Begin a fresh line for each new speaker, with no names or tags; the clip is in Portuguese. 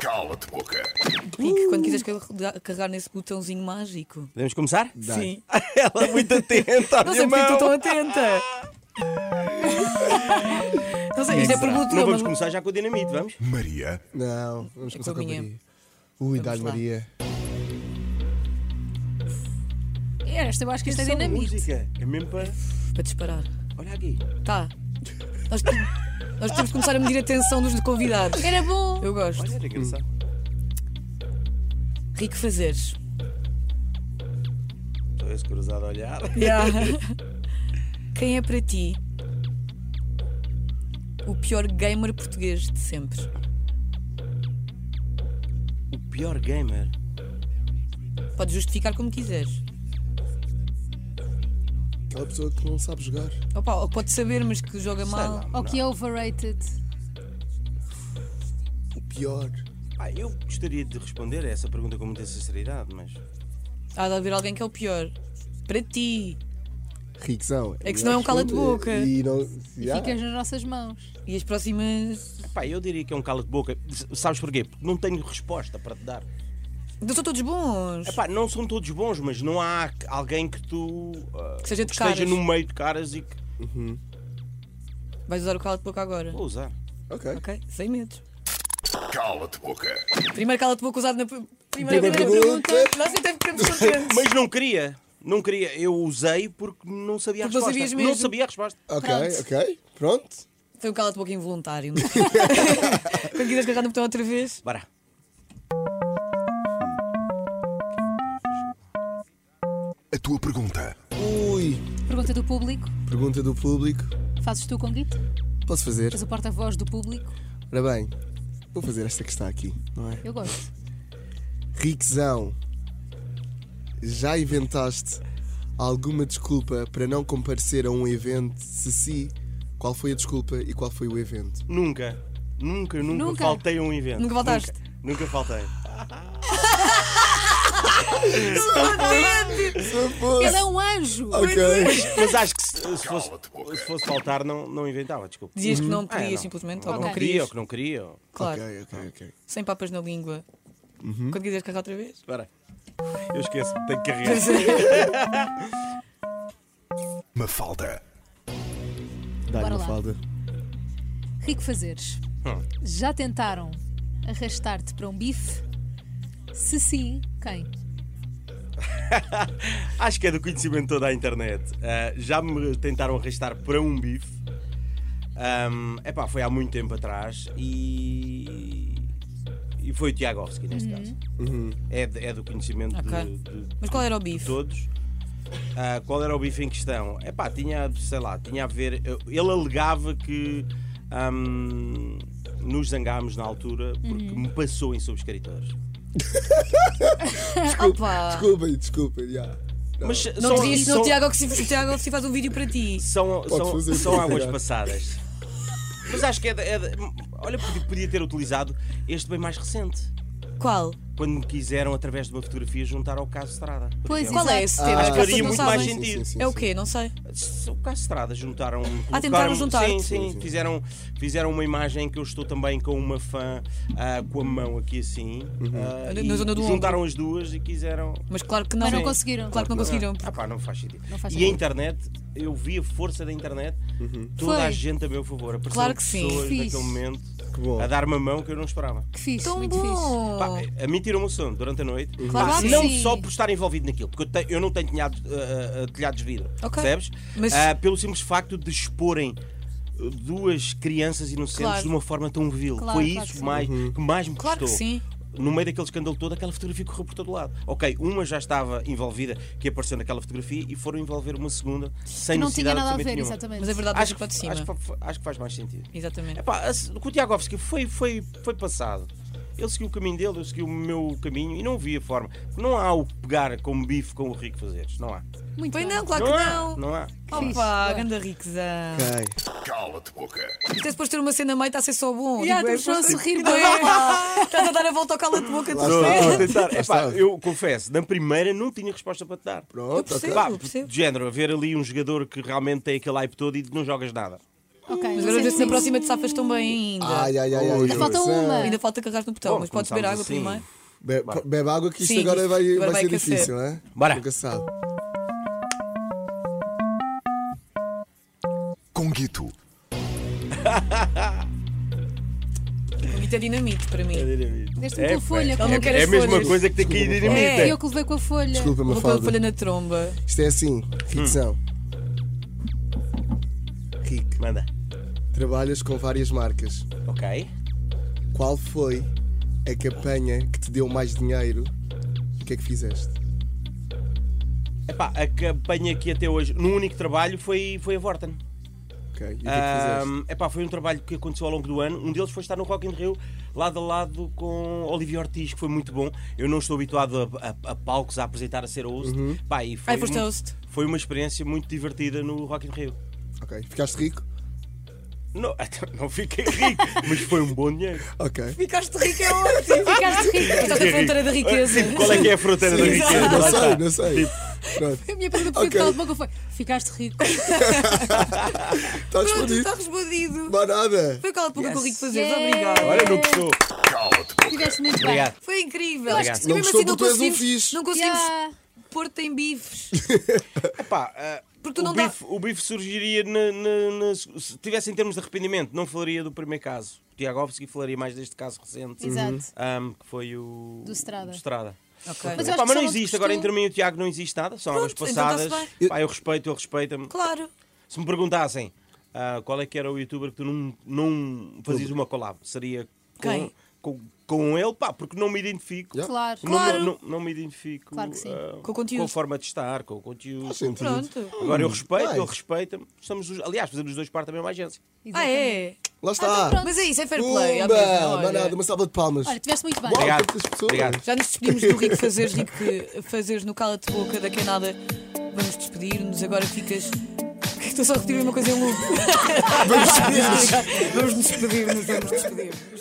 Cala-te, boca.
E que Tipo, quando quiseres carregar- carregar nesse botãozinho mágico.
Podemos começar?
Sim.
Ela é muito atenta à
Não
minha
sei porque
mão.
estou tão atenta. Não sei, isto é por Bluetooth.
Não vamos
mas-
começar já com o dinamite, vamos?
Maria,
Não, vamos
É
começar
com
com
a
a
minha.
Maria. Ui, dá
lá.
Maria.
Esta eu acho que isto é
Só
dinamite.
música. É mesmo para.
Para disparar.
Olha aqui.
Tá. Nós, te- nós temos que começar a medir a tensão dos convidados.
Era bom.
Eu gosto.
Olha, era engraçado.
Rico fazeres.
Estou esse cruzado a olhar.
Quem é para ti o pior gamer português de sempre?
O pior gamer.
Podes justificar como quiseres.
Aquela pessoa que não sabe jogar.
Opa, ou pode saber, mas que joga
Sei
mal.
lá.
Ou que é overrated.
O pior.
Ah, eu gostaria de responder a essa pergunta com muita sinceridade, mas.
Há de haver alguém que é o pior. Para ti.
Riquezão.
É que senão é um cala-de-boca.
E não. Yeah.
Ficas nas nossas mãos.
E as próximas.
Pá, eu diria que é um calo de boca. S- Sabes porquê? Porque não tenho resposta para te dar.
Não são todos bons.
Epá, não são todos bons, mas não há c- alguém que tu ah,
Que seja de
esteja
caras.
no meio de caras e que.
Vais usar o calo de boca agora.
Vou usar.
Ok.
Ok? Sem medo.
cala-te, boca.
Primeiro cala de boca usado na pr- primeira
Primeira
pergunta.
pergunta.
Nós até ficamos contentes.
Mas não queria. Não queria. Eu usei porque não sabia
Porque
a
não
resposta.
sabias mesmo.
sabia a resposta.
Ok,
Pronto.
ok. Pronto.
Foi um cala de boca involuntário. é? Quando quiseres carregar no botão outra vez.
Bora.
A tua pergunta.
Ui.
Pergunta do público.
Pergunta do público.
Fazes tu com Git?
Posso fazer?
És o porta-voz do público?
Ora bem, vou fazer esta que está aqui, não é?
Eu gosto.
Riquezão. Já inventaste alguma desculpa para não comparecer a um evento? Se sim, qual foi a desculpa e qual foi o evento?
Nunca, nunca, nunca,
Nunca?
faltei a um evento.
Nunca faltaste?
Nunca, nunca faltei.
Ele é um anjo.
Ok.
Mas acho que se, se fosse,
Cala-te, boca.
se fosse faltar, não, não inventava, desculpa.
Dizias que não
Ah,
querias
não.
simplesmente. Ou
Ou
que não
Ok.
queria, ou
querias.
que não queria. Uhum. ou-
Claro.
Ok, ok, ok.
Sem papas na língua. Quando quiseres carregar outra vez.
Espera. Eu esqueço, tenho que carregar.
Mafalda,
Dá-lhe
Bora
uma
lá.
falda.
Rico é fazeres. Já tentaram arrastar-te para um bife? Se sim, quem?
Acho que é do conhecimento de toda a internet. Ah, já me tentaram arrastar para um bife. Ahm, epá, foi há muito tempo atrás e. E foi o Tiagovski neste caso. É, de- é do conhecimento de-
Uhum. Ok.
de,
Mas qual era o
de
bife?
todos. Ah, qual era o bife em questão? É pá, tinha, sei lá, tinha a ver. eu- Ele alegava que ahm, nos zangámos na altura porque
Uhum.
me passou em subscritores.
Opa!
Desculpem, desculpem, já.
Mas
Não
são-
dizias senão
são-
o Tiago que se, o Tiago que se faz um vídeo para ti.
são,
Pode
são,
fazer,
são
pode
águas
tirar.
passadas. Mas acho que é. de- é de- olha, podia, podia ter utilizado este bem mais recente.
Qual?
Quando me quiseram, através de uma fotografia, juntar ao caso Estrada. por
Pois,
exemplo.
Qual é
Exato.
esse
Ah,
tema? As pessoas
faria
não
muito
sabem.
mais sentido.
É o quê? Não sei.
Se O caso Estrada juntaram.
Ah,
colocaram-
tentaram juntar-te.
Sim, sim, Fizeram, fizeram uma imagem que eu estou também com uma fã ah, com a mão aqui assim. ah,
Na-
e
na zona do
juntaram as duas e quiseram.
Mas claro que não.
Mas não
Sim.
conseguiram.
Claro que não conseguiram.
Ah, pá, não faz sedido.
Não faz
e a
sentido.
internet, eu vi a força da internet,
Uhum.
toda
Foi.
a gente a meu favor. Apareceram
Claro que sim.
pessoas
Fixe.
naquele momento
Que bom.
a dar-me a mão que eu não esperava.
Que fixe,
Tão
muito fixe.
bom.
Pá, é. a mim tirou-me o sono durante a noite.
Oh. Claro
Pá,
que
não
sim.
só por estar envolvido naquilo, porque eu, te- eu não tenho telhado, ah, ah, telhados de vidro,
Ok.
percebes?
Mas-
Ah, pelo simples facto de exporem ah, duas crianças inocentes
Claro.
de uma forma tão vil.
Claro,
Foi
claro que
isso
sim.
mais, que mais me
Claro que
custou.
sim.
No meio daquele escândalo todo, aquela fotografia correu por todo lado. Ok, uma já estava envolvida, que apareceu naquela fotografia, e foram envolver uma segunda, sem
Que não tinha
necessidade
nada a ver,
absolutamente nenhuma.
exatamente.
Mas a verdade
Acho
acho, para de
que,
cima.
acho, que é fa- acho que faz mais sentido.
Exatamente.
Epá, a se- com o Tiagovski foi, foi, foi passado. Ele seguiu o caminho dele, eu segui o meu caminho e não vi a forma. Não há o pegar como bife com o rico fazeres. Não há.
Muito
Pois
bem.
não, claro
não
que
há.
não.
Não há.
fixe.
Opa,
Boa.
ganda riquezão.
Ok.
cala-te, boca.
Até depois de ter uma cena meio está a ser só bom.
Já,
Tipo, é
estamos só a
só-
sorrir
Não é?
bem.
pá? Estás a dar a volta ao cala de boca de
Lá está.
vez.
Estou a é tentar.
Lá
Epá,
está.
eu confesso, na primeira não tinha resposta para te dar.
Pronto,
percebo.
ok.
Pá,
percebo.
de género, haver ali um jogador que realmente tem aquele hype todo e não jogas nada.
Ok.
Mas agora vamos ver se na
disseste
próxima te safas tão bem ainda.
Ai, ai, ai, ai.
Ainda
falta
José.
uma.
Ainda falta que arraste no botão,
Bom,
mas podes beber água
começamos assim.
primeiro.
Be-
Bora.
Bebe água que isto
Sim,
agora,
isto
vai,
agora
vai
vai
ser
aquecer.
difícil, não é?
Bora.
Nunca se sabe.
Conguito.
Conguito é dinamite para mim.
Deste-me com a folha.
Ele não quer
É a
as
mesma
folhas.
coisa que tem que ir né?
Desculpa,
É,
dinamita.
eu que levei com a folha.
Desculpa,
Vou pôr a
Mafalda.
folha na tromba.
Isto é assim,
Hum.
ficção. Rick,
Manda.
trabalhas com várias marcas.
Ok.
Qual foi a campanha que te deu mais dinheiro? O que é que fizeste?
Epá, a campanha que até hoje, num único trabalho, foi, foi a Vorten.
Ok, e o que é que fizeste?
Ahm, epá, foi um trabalho que aconteceu ao longo do ano. Um deles foi estar no Rock in Rio, lado a lado com Olivia Ortiz, que foi muito bom. Eu não estou habituado a, a- a palcos, a apresentar, a ser host. Pá, e foi,
Ai, foste
mu-
host.
foi uma experiência muito divertida no Rock in Rio.
Ok, ficaste rico?
Não, não fiquei rico, mas foi um bom dinheiro.
Ok.
Ficaste rica é ótimo.
Ficaste rica.
Estás a fronteira da riqueza.
Tipo, qual é que é a fronteira da riqueza?
Não
Lá
sei,
está. Tipo,
não sei. Pronto,
A minha pergunta
Ok.
principal de boca foi: ficaste rico.
está
Pronto,
respondido.
está respondido.
Não há nada.
Foi aquela pergunta que eu rico fazer.
Yeah.
Obrigada.
Olha, não gostou.
Cala-te boca.
Estiveste muito bem.
Obrigado.
Foi incrível.
Eu acho que
E
sim.
Não
mesmo
gostou
assim não
porque tu és um
conseguimos,
fixe.
não conseguimos
Yeah.
pôr-te em bifes.
Epá, ah,
Porque tu
o,
não dá-
bife, o bife surgiria na- na- na- se tivesse em termos de arrependimento, não falaria do primeiro caso. Tiagovski falaria mais deste caso recente.
Exato.
ahm, que foi o.
Do Estrada.
do Estrada.
Ok. é
Mas
Mas,
eu acho que só
não
não te
existe, agora
gostou.
entre mim e o Tiago não existe nada, são águas
Pronto, então
passadas.
está-se
Pá, eu respeito, ele respeita-me.
Claro.
Se me perguntassem ah, qual é que era o youtuber que tu não, não fazias uma collab, seria com,
Quem?
com, com ele, pá, porque não me identifico.
Claro.
Não-
Claro.
Não, não me identifico
Claro que sim.
ah,
Com o conteúdo.
a forma de estar, com o conteúdo.
Faz sentido. Hum,
Pronto.
Agora eu respeito,
vai.
ele respeita. Estamos os- aliás, fazemos os dois parte da mesma agência.
Ah, é?
Lá
então
está.
pronto.
Mas é isso, é fair play. à mesma,
Ah. Pumba!
olha.
Manada, uma salva de palmas.
Olha, estiveste muito bem.
Uau,
Obrigado.
tantas pessoas.
Obrigado.
Já nos despedimos do Rico Fazeres, Rico que Fazeres no Cala-te Boca, daqui a nada vamos despedir-nos. Agora ficas. Estou só a repetir uma coisa em loop. Vamos despedir-nos, vamos despedir-nos, vamos despedir-nos.